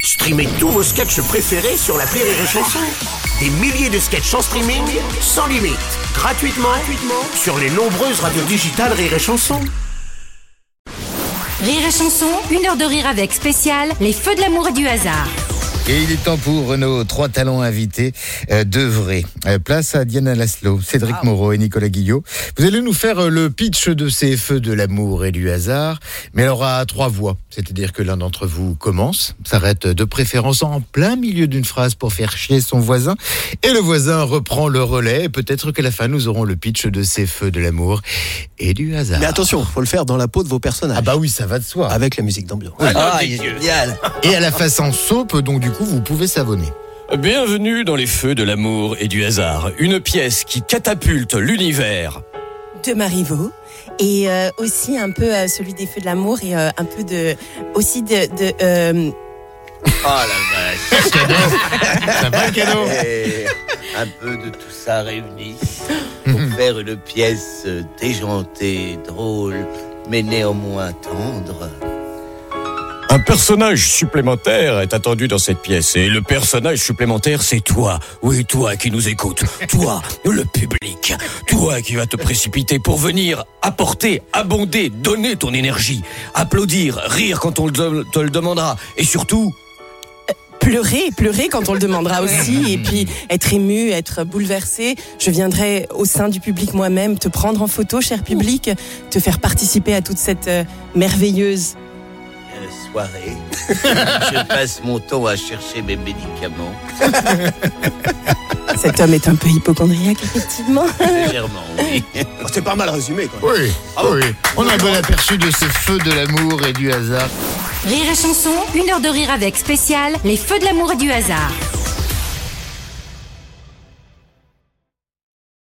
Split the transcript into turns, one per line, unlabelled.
Streamez tous vos sketchs préférés sur la Rire et Chanson. Des milliers de sketchs en streaming, sans limite, gratuitement, gratuitement sur les nombreuses radios digitales Rire et Chanson.
Rire et chanson, une heure de rire avec spécial, les feux de l'amour et du hasard.
Et il est temps pour Renaud, trois talents invités euh, de vrai. Euh, place à Diana Laszlo, Cédric Moreau et Nicolas Guillot. Vous allez nous faire euh, le pitch de ces feux de l'amour et du hasard, mais alors à trois voix. C'est-à-dire que l'un d'entre vous commence, s'arrête de préférence en plein milieu d'une phrase pour faire chier son voisin, et le voisin reprend le relais. Et Peut-être qu'à la fin, nous aurons le pitch de ces feux de l'amour et du hasard.
Mais attention, faut le faire dans la peau de vos personnages.
Ah bah oui, ça va de soi.
Avec la musique d'ambiance.
Ah,
il est génial.
Et à la façon soap, donc du coup, vous pouvez savonner.
Bienvenue dans les feux de l'amour et du hasard, une pièce qui catapulte l'univers.
de Marivaux et euh, aussi un peu euh, celui des feux de l'amour et euh, un peu de aussi de, de euh,
C'est pas le cadeau
Oh, Et un peu de tout ça réuni pour faire une pièce déjantée, drôle, mais néanmoins tendre.
Un personnage supplémentaire est attendu dans cette pièce et le personnage supplémentaire c'est toi. Oui, toi qui nous écoutes, toi le public, toi qui vas te précipiter pour venir apporter, abonder, donner ton énergie, applaudir, rire quand on le de- te le demandera et surtout
pleurer pleurer quand on le demandera aussi et puis être ému être bouleversé je viendrai au sein du public moi-même te prendre en photo cher public te faire participer à toute cette euh, merveilleuse
Euh, soirée, je passe mon temps à chercher mes médicaments,
cet homme est un peu hypochondriaque effectivement
légèrement, oui.
C'est pas mal résumé, quoi.
Oui, oui. On a un Ah bon aperçu de ces feux de l'amour et du hasard.
Rire et chanson, une heure de rire avec spécial, les feux de l'amour et du hasard.